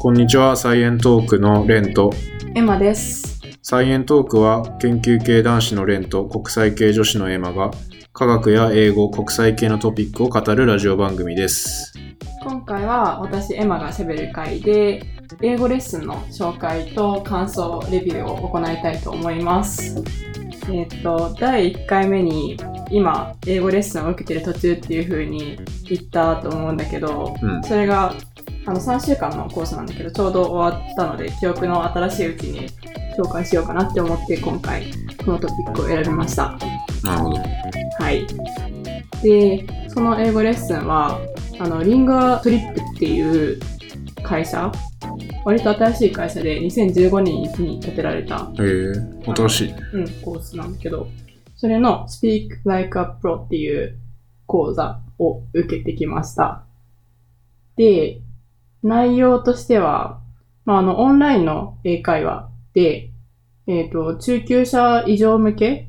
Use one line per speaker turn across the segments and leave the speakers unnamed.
こんにちは、サイエントークのレンと、
エマです。
サイエントークは研究系男子のレンと国際系女子のエマが科学や英語、国際系のトピックを語るラジオ番組です。
今回は私エマが喋る回で英語レッスンの紹介と感想レビューを行いたいと思います。えっ、と第1回目に今英語レッスンを受けてる途中っていう風に言ったと思うんだけど、
うん
それがあの3週間のコースなんだけどちょうど終わったので記憶の新しいうちに紹介しようかなって思って今回このトピックを選びました。
なるほど。
はい。で、その英語レッスンは、あの、リンガートリップっていう会社、割と新しい会社で2015年に建てられた、
えー、新しい。
うん、コースなんだけど、それの Speak Like a Pro っていう講座を受けてきました。で、内容としては、まあ、あの、オンラインの英会話で、えっ、と、中級者以上向け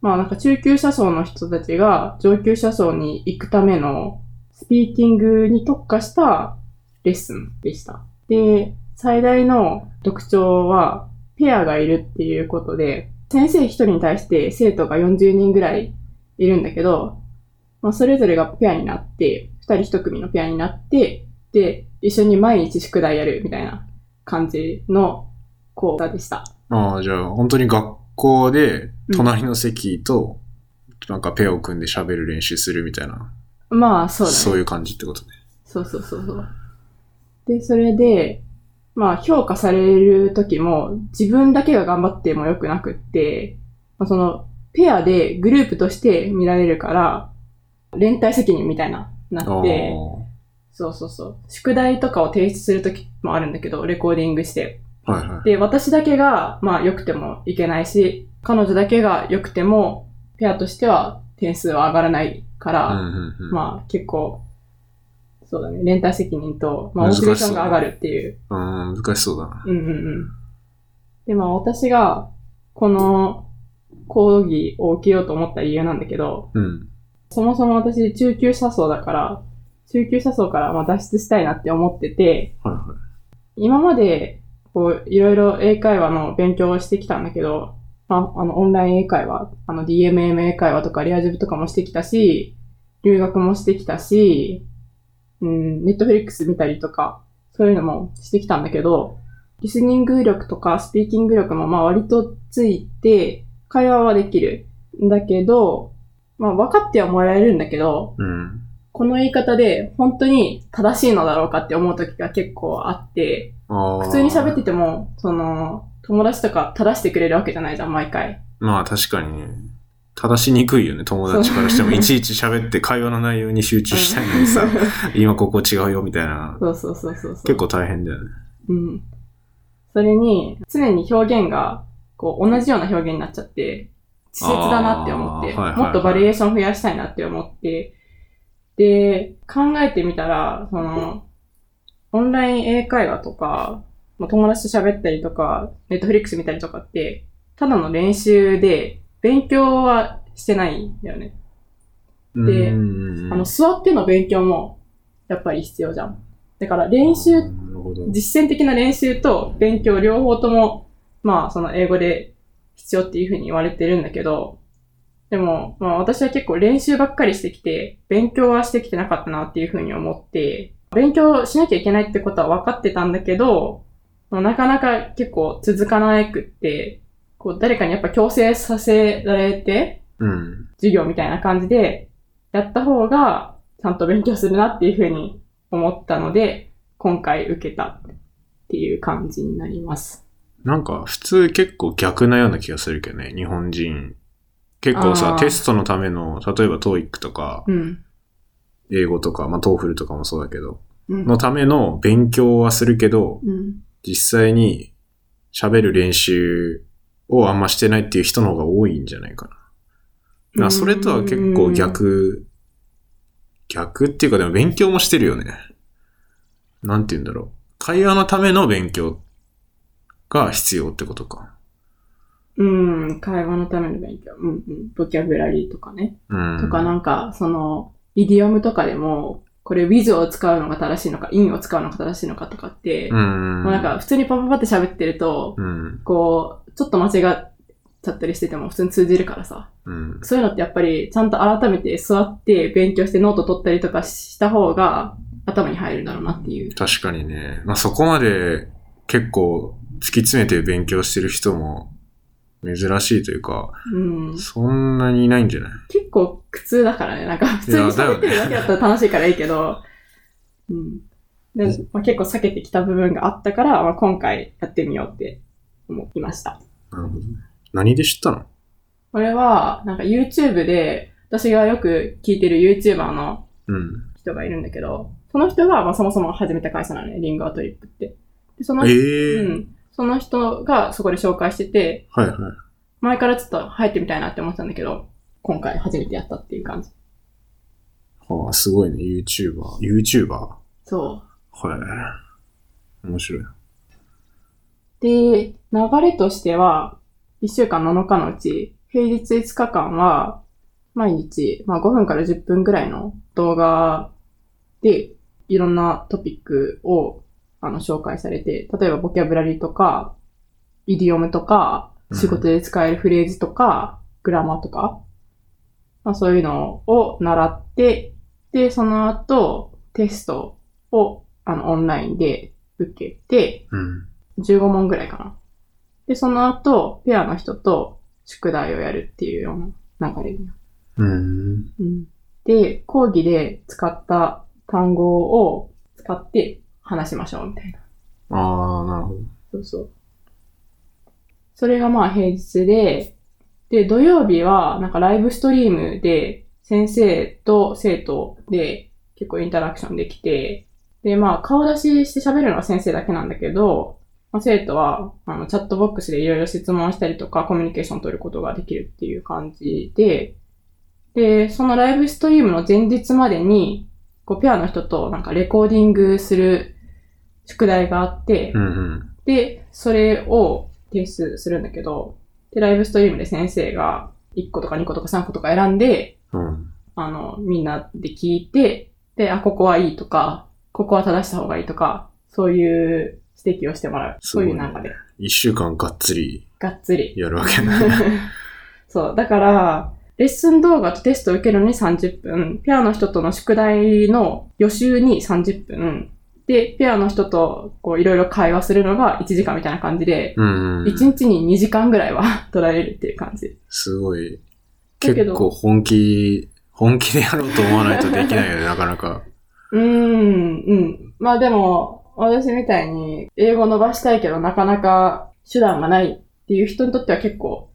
まあ、なんか中級者層の人たちが上級者層に行くためのスピーキングに特化したレッスンでした。で、最大の特徴は、ペアがいるっていうことで、先生一人に対して生徒が40人ぐらいいるんだけど、まあ、それぞれがペアになって、二人一組のペアになって、で、一緒に毎日宿題やるみたいな感じの講座でした。
ああ、じゃあ本当に学校で隣の席となんかペアを組んで喋る練習するみたいな、
まあ、そうだね。
いう感じってことね。
そうそうそうそう。で、それで、まあ評価される時も自分だけが頑張ってもよくなくって、まあ、そのペアでグループとして見られるから、連帯責任みたいな、なって、
あ
そうそうそう。宿題とかを提出する時もあるんだけど、レコーディングして。
あ、はいはい。
で、私だけが、まあ良くてもいけないし、彼女だけが良くても、ペアとしては点数は上がらないから、
うんうんうん。
まあ結構、そうだね、連帯責任と、まあ、モ
難しそ
チ
う
ベーションが上がるっていう。
うん、難しそうだな。
うんうんうん。で、まあ私が、この講義を受けようと思った理由なんだけど、
うん。
そもそも私中級者層だから、中級者層からまあ脱出したいなって思ってて、
はいはい。
今まで、こう、いろいろ英会話の勉強をしてきたんだけど、まあ、あの、オンライン英会話、あの、DMM 英会話とか、リアジブとかもしてきたし、留学もしてきたし、うん、ネットフリックス見たりとか、そういうのもしてきたんだけど、リスニング力とかスピーキング力もまあ割とついて、会話はできる。んだけど、まあ分かってはもらえるんだけど、
うん。
この言い方で本当に正しいのだろうかって思う時が結構あって、
ああ。
普通に喋ってても、その、友達とか正してくれるわけじゃないじゃん、毎回。
まあ確かにね、正しにくいよね、友達からしても。いちいち喋って会話の内容に集中したいのにさ、今ここ違うよみたいな。
そうそうそうそうそう。
結構大変だよね。
うん。それに、常に表現が、こう、同じような表現になっちゃって、稚拙だなって思って、
あーはいはいはい
もっとバリエーション増やしたいなって思って、で、考えてみたら、その、オンライン英会話とか、まあ、友達と喋ったりとか、ネットフリックス見たりとかって、ただの練習で、勉強はしてないんだよね。で
うん
あの、座っての勉強も、やっぱり必要じゃん。だから練習、
なるほど。
実践的な練習と勉強両方とも、まあ、その英語で必要っていうふうに言われてるんだけど、でも、まあ私は結構練習ばっかりしてきて、勉強はしてきてなかったなっていうふうに思って、勉強しなきゃいけないってことは分かってたんだけど、もうなかなか結構続かなくって、こう誰かにやっぱ強制させられて、
うん。
授業みたいな感じでやった方がちゃんと勉強するなっていうふうに思ったので、今回受けたっていう感じになります。
なんか普通結構逆なような気がするけどね、日本人。結構さ
あ、ー
テストのための、例えば TOEIC とか、
うん。
英語とか、まあ TOEFL とかもそうだけど、
うん
のための勉強はするけど、
うん。
実際に喋る練習をあんましてないっていう人の方が多いんじゃないかな。だからそれとは結構逆、逆っていうかでも勉強もしてるよね。なんて言うんだろう。会話のための勉強が必要ってことか。
うん。うん。会話のための勉強。うんうん。ボキャブラリーとかね。
うん。
とかなんか、その、イディオムとかでも、これ with を使うのが正しいのか、in を使うのが正しいのかとかって、
う
も
ん。
うなんか普通にパパパって喋ってると、
うん。
こう、ちょっと間違っちゃったりしてても普通に通じるからさ。
うん。
そういうのってやっぱりちゃんと改めて座って勉強してノート取ったりとかした方が頭に入るだろうなっていう。
確かにね。まあそこまで結構突き詰めて勉強してる人も珍しいというか、
うん。
そんなにいないんじゃない
結構苦痛だからね。なんか普通に喋ってるだけだったら楽しいからいいけど、うん。でまあ、結構避けてきた部分があったから、まあ、今回やってみようって思いました。
なるほどね。何で知ったの
これは、なんか YouTube で、私がよく聞いてる YouTuber の
うん。
人がいるんだけど、その人が、まあ、そもそも始めた会社なのね、リンガートリップって。でその
ええ
う
ー。
ん。その人がそこで紹介してて、
はいはい。
前からちょっと入ってみたいなって思ってたんだけど、今回初めてやったっていう感じ。
はあ、すごいね。YouTuber。YouTuber。は
そ
い。面白い。
う。で、流れとしては、1週間7日のうち、平日5日間は、毎日、まあ5分から10分ぐらいの動画で、いろんなトピックを、あの、紹介されて、例えばボキャブラリーとか、イディオムとか、
うん
仕事で使えるフレーズとか、グラマーとか、まあそういうのを習って、で、その後、テストを、あの、オンラインで受けて、
うん。
15問ぐらいかな。で、その後、ペアの人と宿題をやるっていうような流れにな
う
る
ん。
で、講義で使った単語を使って話しましょうみたいな。
ああ、なるほど。
そうそう。それがまあ平日で、で、土曜日はなんかライブストリームで先生と生徒で結構インタラクションできて、で、まあ顔出しして喋るのは先生だけなんだけど、まあ、生徒はあのチャットボックスでいろいろ質問したりとかコミュニケーション取ることができるっていう感じで、で、そのライブストリームの前日までに、こうペアの人となんかレコーディングする宿題があって、
うんうん。
で、それを提出するんだけど、で、ライブストリームで先生が1個とか2個とか3個とか選んで、
うん。
あの、みんなで聞いて、で、あ、ここはいいとか、ここは正した方がいいとか、そういう指摘をしてもらう。
す
そ
ご
う
い
い
ね
う中で、
一週間がっつり
がっ つり。
やるわけね。
そう、だから、レッスン動画とテストを受けるのに30分、ペアの人との宿題の予習に30分、で、ペアの人とこういろいろ会話するのが1時間みたいな感じで、
うんうん。
一日に2時間ぐらいは 取られるっていう感じ。
すごい。
だけ
結
ど
構本気、本気でやろうと思わないとできないよね、なかなか。
うーん、うん。まあでも、私みたいに英語伸ばしたいけどなかなか手段がないっていう人にとっては結構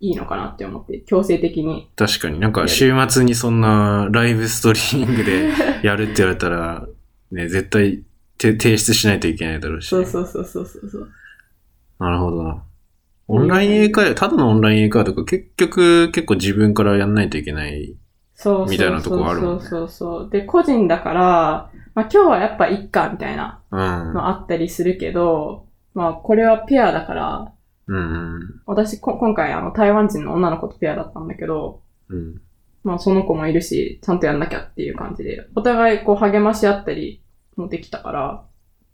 いいのかなって思って、強制的に。
確かになんか週末にそんなライブストリーミング でやるって言われたら、ね、絶対て提出しないといけないだろうし。
そうそうそうそうそうそう。
なるほどな。オンライン英会話、ただのオンライン英会話とか結局結構自分からやんないといけない。
そうそうそうそう
みたいなとこあるもんね
そうそうそう。で、個人だから、まあ今日はやっぱいっかみたいな
うん。
のあったりするけど、まあこれはペアだから、
うん。
私こ今回あの台湾人の女の子とペアだったんだけど、
うん。
まあその子もいるし、ちゃんとやんなきゃっていう感じで、お互いこう励まし合ったりもできたから、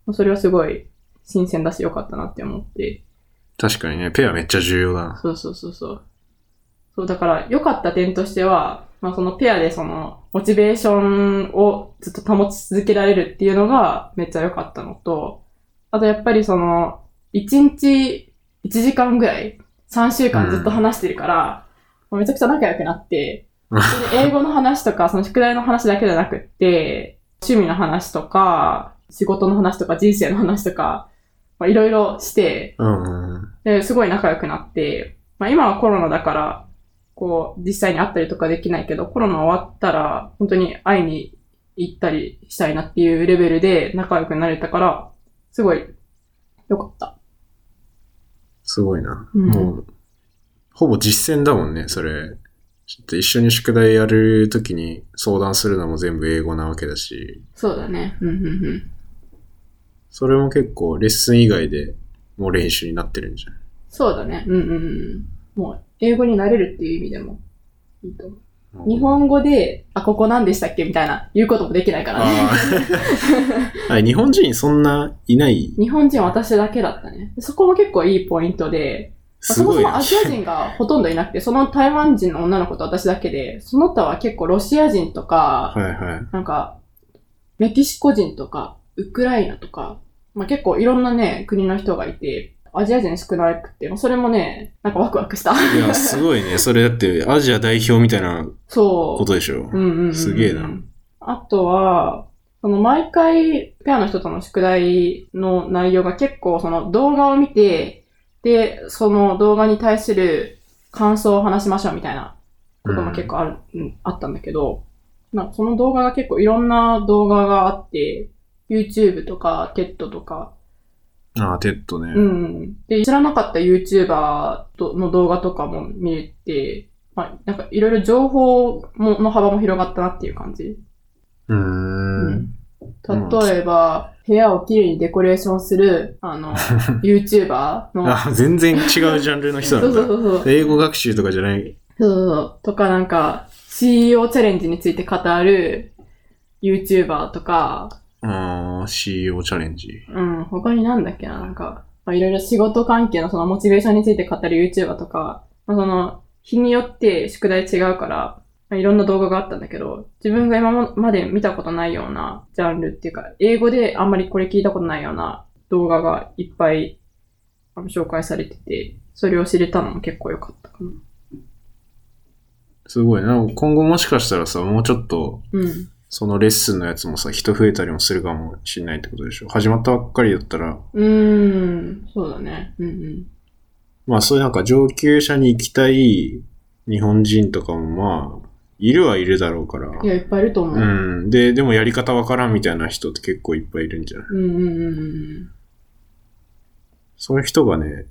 まあそれはすごい新鮮だし良かったなって思って。
確かにね、ペアめっちゃ重要だな。
そうそうそうそう。そう、だから良かった点としては、まあそのペアでそのモチベーションをずっと保ち続けられるっていうのがめっちゃ良かったのと、あとやっぱりその、1日1時間ぐらい、3週間ずっと話してるから、もうめちゃくちゃ仲良くなって、それで英語の話とか、その宿題の話だけじゃなくって、趣味の話とか、仕事の話とか、人生の話とか、まあいろいろして、
うんうん。
で、すごい仲良くなって、まあ今はコロナだから、こう、実際に会ったりとかできないけど、コロナ終わったら、本当に会いに行ったりしたいなっていうレベルで仲良くなれたから、すごい良かった。
すごいな。
うん
もう、ほぼ実践だもんね、それ。ちょっと一緒に宿題やるときに相談するのも全部英語なわけだし、
そうだね。うんうんうん。
それも結構レッスン以外でもう練習になってるんじゃん。
そうだね。うんうんうん。もう、英語になれるっていう意味でもいいと思う。日本語で、あ、ここ何でしたっけみたいな、言うこともできないからね。
あ あ。はい日本人そんないない。
日本人は私だけだったね。そこも結構いいポイントで、まあ
す
そも
ご
そ
い
も
な。
アジア人がほとんどいなくて、その台湾人の女の子と私だけで、その他は結構ロシア人とか、
はいはい。
なんか、メキシコ人とか、ウクライナとか、まあ、結構いろんなね、国の人がいて、アジア人少なくて、まあ、それもね、なんかワクワクした。
いや、すごいね。それだって、アジア代表みたいな
そう。
ことでしょ。
うんうんうん
すげえな。
あとは、その毎回ペアの人との宿題の内容が結構その動画を見て、で、その動画に対する感想を話しましょうみたいなことも結構ある、うんあったんだけど、なんかその動画が結構いろんな動画があって、YouTube とか TED とか、
ああ、テッドね。
うん。で、知らなかった YouTuber との動画とかも見れて、まあ、なんかいろいろ情報もの幅も広がったなっていう感じ。
うーん。
例えば、部屋をきれいにデコレーションする、あの、YouTuber の、
あ、全然違うジャンルの人な
そうんそう
だ。
そうそう、そう
英語学習とかじゃない。
そうそうとかなんか、CEO チャレンジについて語る YouTuber とか、
ああ、CEO チャレンジ。
うん、他になんだっけな、なんか、まあ、いろいろ仕事関係のそのモチベーションについて語る YouTuber とか、まあ、その、日によって宿題違うから、まあいろんな動画があったんだけど、自分が今まで見たことないようなジャンルっていうか、英語であんまりこれ聞いたことないような動画がいっぱいあの紹介されてて、それを知れたのも結構良かったかな。
すごいな。今後もしかしたらさ、もうちょっと、
うん。
そのレッスンのやつもさ、人増えたりもするかもしれないってことでしょ。始まったばっかりだったら、
うーん、そうだね。うんうん。
まあそういうなんか上級者に行きたい日本人とかもまあ、いるはいるだろうから。
いや、いっぱいいると思う。う、
うんん。で、でもやり方わからんみたいな人って結構いっぱいいるんじゃない
うんうんうん
そういう人がね、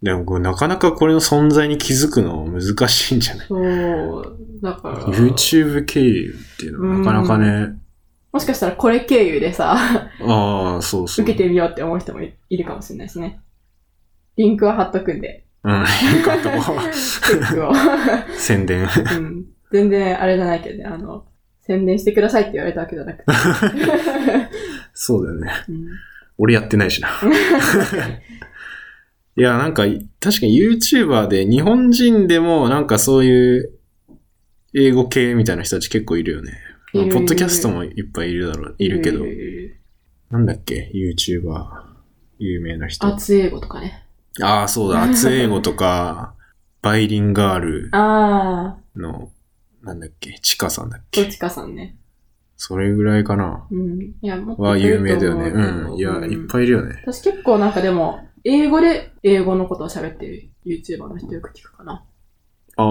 でもこれなかなかこれの存在に気づくの難しいんじゃない
そう、だから。
?YouTube 経由っていうのはなかなかね、
もしかしたらこれ経由でさ、
ああ、そうそう。
受けてみようって思う人もいいるかもしれないですね。リンクは貼っとくんで。
うん、よかったわ。
チェ ックを。
宣伝。
うん全然あれじゃないけどね、あの、宣伝してくださいって言われたわけじゃなくて。
そうだよね。
うん
俺やってないしな。 いや、なんか、確かに YouTuber で日本人でもなんかそういう英語系みたいな人たち結構いるよね。まあ
いる
ポッドキャストもいっぱいいるだろう、いるけど。
る
なんだっけ ?YouTuber。有名な人。あ
熱英語とかね。
あー、そう だ。熱英語とか、バイリンガール
あ
の、なんだっけチカさんだっ
ー、ど
け
ちかさんね。
それぐらいかな。
うん。いや、もっと
は有名だよね。
いると思
うん。いや、
けど
いっぱいいるよね。
私結構なんかでも、英語で英語のことを喋ってる YouTuber の人よく聞くかな。
あ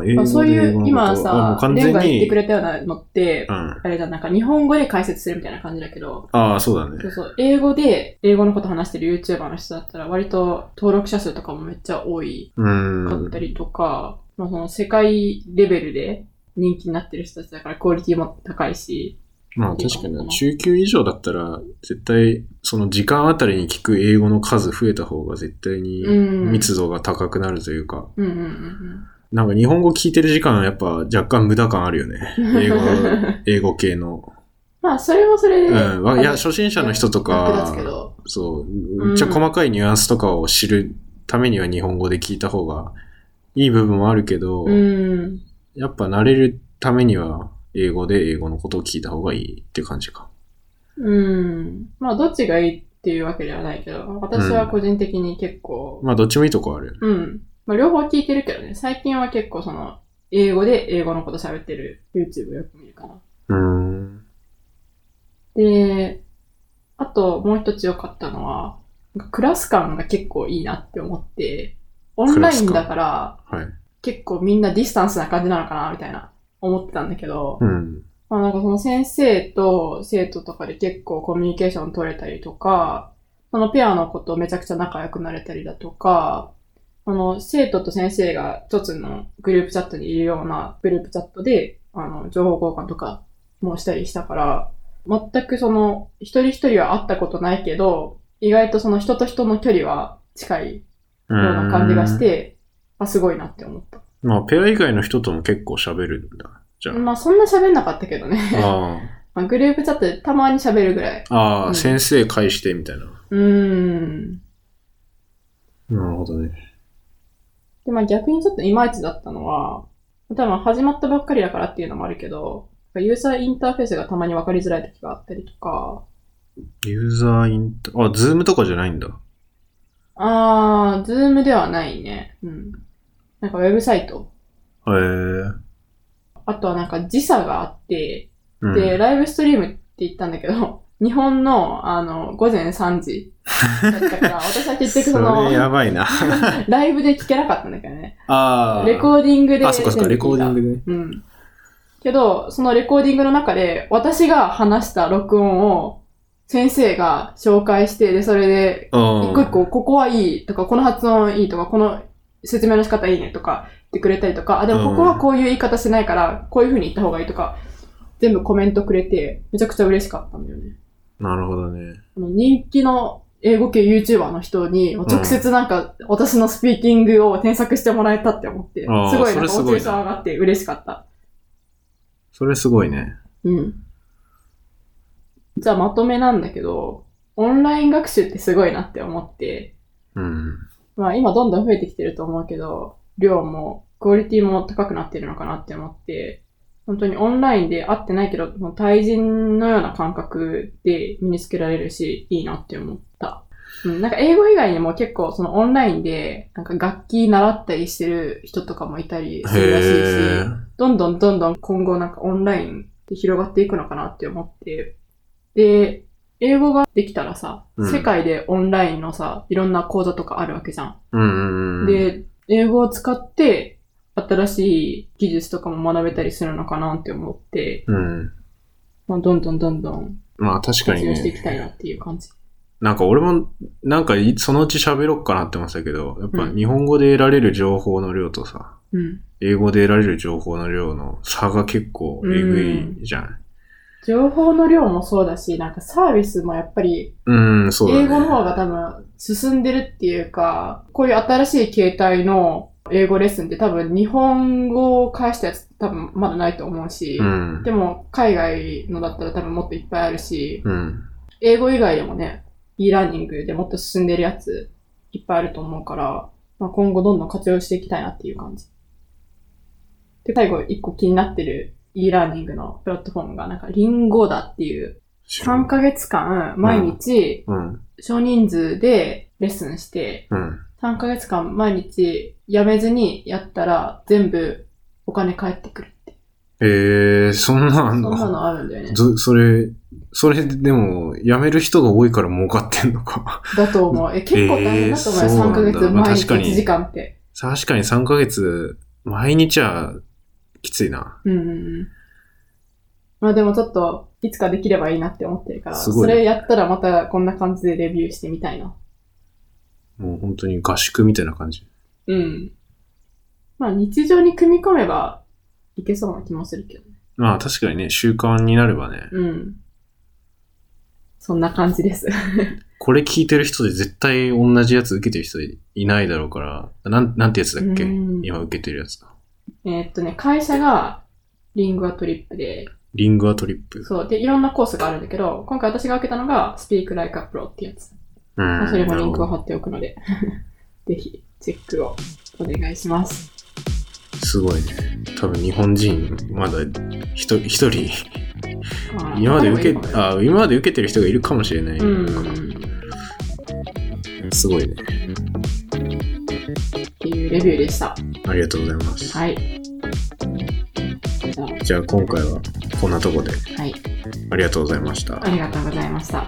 あ、英語
まあ、
で
そうい
英語の
う、
こと
今
あも
さ
う、完
レン
全
が言って
に
く。れたようなのって
う、ん。
あれだ、なんか日本語で解説するみたいな感じだけど、
ああ、そうだ
そう
ね。
そう。英語で、英語のこと話してる YouTuber の人だったら、割と登録者数とかもめっちゃ多い
うん。
かったりとか、まあその世界レベルで人気になってる人たちだからクオリティも高いし、
まあ確かに、中級以上だったら、絶対、その時間あたりに聞く英語の数増えた方が絶対に
うん
密度が高くなるというか、
うんうんうん
なんか日本語聞いてる時間はやっぱ若干無駄感あるよ ね。
うん。
英語、英語系の。ま
まあそれもそれで、
うん。わいや、
あの
初心者の人と
役立
か
つけ、ど、
そう、めっちゃ細かいニュアンスとかを知るためには日本語で聞いた方がいい部分もあるけど、
うん。
やっぱ慣れるためには英語で英語のことを聞いた方がいいって感じか。
うん。まあどっちがいいっていうわけではないけど、私は個人的に結構、
まあどっちもいいとこあるよね。
うん。まあ両方聞いてるけどね、最近は結構その、英語で英語のこと喋ってる YouTube よく見るかな。
うーん。
で、あともう一つ良かったのは、なんかクラス感が結構いいなって思って、オンラインだから
はい。
結構みんなディスタンスな感じなのかなみたいな思ってたんだけど、
うん。
まあなんかその先生と生徒とかで結構コミュニケーション取れたりとか、そのペアのことめちゃくちゃ仲良くなれたりだとか、あの、生徒と先生が一つのグループチャットにいるようなグループチャットで、あの、情報交換とかもしたりしたから、全くその、一人一人は会ったことないけど、意外とその人と人の距離は近いよ
う
うな感じがし
ーん。
て、あ、すごいなって思った。
まあ、ペア以外の人とも結構喋るんだ。じゃあ。
まあそんな喋んなかったけどね。
あ
まあ、グループチャットでたまに喋るぐらい。
あ。ああ、
うん
先生返してみたいな。
うーん。
なるほどね。
で、まあ逆にちょっといまいちだったのは、多分始まったばっかりだからっていうのもあるけど、ユーザーインターフェースがたまに分かりづらい時があったりとか、
ユーザーインタあ、ズームとかじゃないんだ。
あー、ズームではないね。うん。なんかウェブサイト。
へえ。
あとはなんか時差があって、
うん、
で、ライブストリームって言ったんだけど、 日本の、あの、午前3時だっ たから、私は結局そ
それや
の、
ばいな。
ライブで聞けなかったんだけどね。
ああ。
レコーディングで。
あ、そっかそっか、レコーディングでね。
うん。けど、そのレコーディングの中で、私が話した録音を、先生が紹介して、で、それで、
うん。
一個一個、ここはいいとか、この発音いいとか、この説明の仕方いいねとか、言ってくれたりとか、あ、でもここはこういう言い方しないから、こういう風に言った方がいいとか、全部コメントくれて、めちゃくちゃ嬉しかったんだよね。
なるほどね。
あの人気の英語系 YouTuber の人に、直接なんか、私のスピーキングを添削してもらえたって思って、す
あー
ごいなんか
それす
モ
ご
チ
いな
ベーション上がって嬉しかった。
それすごいね。
うん。じゃあまとめなんだけど、オンライン学習ってすごいなって思って、
うん。
まあ今どんどん増えてきてると思うけど、量もクオリティも高くなってるのかなって思って、本当にオンラインで会ってないけど、もう対人のような感覚で身につけられるし、いいなって思った。うん、なんか英語以外にも結構そのオンラインでなんか楽器習ったりしてる人とかもいたりするらしいし
へ、
どんどんどんどん今後なんかオンラインで広がっていくのかなって思って。で、英語ができたらさ、
うん
世界でオンラインのさ、いろんな講座とかあるわけじゃん。
うんうんうん。、
で、英語を使って新しい技術とかも学べたりするのかなって思って、
うん。
まあ、どんどんどんどん
まあ確かに
活用していきたい
ね。
なっていう感じ。
なんか俺も、なんかいそのうち喋ろっかなって思ってたけど、やっぱ
うん
日本語で得られる情報の量とさ、
うん。
英語で得られる情報の量の差が結構えぐいじゃん。
情報の量もそうだし、なんかサービスもやっぱり
うん、そうだね。
英語の方が多分進んでるっていうか、こういう新しい形態の英語レッスンって多分日本語を返したやつ多分まだないと思うし、
うん。
でも海外のだったら多分もっといっぱいあるし、
うん。
英語以外でもね、e ラーニングでもっと進んでるやついっぱいあると思うから、まあ、今後どんどん活用していきたいなっていう感じ。で、最後一個気になってる e ラーニングのプラットフォームがなんかリンゴだっていう3ヶ月間毎日
うん。
少人数でレッスンして、
うん。
3ヶ月間毎日やめずにやったら全部お金返ってくるって。
えー、そんなあ
そ
ん
ん
の
なのあるんだよね。
ずそれ、それでも、辞める人が多いから儲かってんのか。
だと思う。え、結構大変だと思うよ。
えーそうなん
3ヶ
だ
月
まあ
毎
確
日
かに
1時間って。
確かに3ヶ月、毎日は、きついな。
うんうんうん。まあでもちょっと、いつかできればいいなって思ってるから、
すご
そ
いね
れやったらまたこんな感じでレビューしてみたいな。
もう本当に合宿みたいな感じ。
うん。まあ日常に組み込めばいけそうな気もするけどね。
まあ確かにね、習慣になればね、
うん。そんな感じです。
これ聞いてる人で絶対同じやつ受けてる人いないだろうから、なん、なんてやつだっけ
うん
今受けてるやつ。
えーっとね、会社がリングアトリップで、
リングアトリップ。
そう、で、いろんなコースがあるんだけど、今回私が受けたのが Speak Like a Pro ってやつ。
う
まあ
ん。
それもリンクを
なるほ
貼っておくので、 ぜひチェックをお願いします。
どすごいね。多分日本人、まだ、ひと、 一人、
あー
今まで受け
他にも
あ、
い、るかもね
今まで受けてる人がいるかもしれない。
うん。
すごいね。
っていうレビューでした。
ありがとうございます。
はい。じゃあ
じゃあ今回はこんなとこで
はい。
ありがとうございました。
ありがとうございました。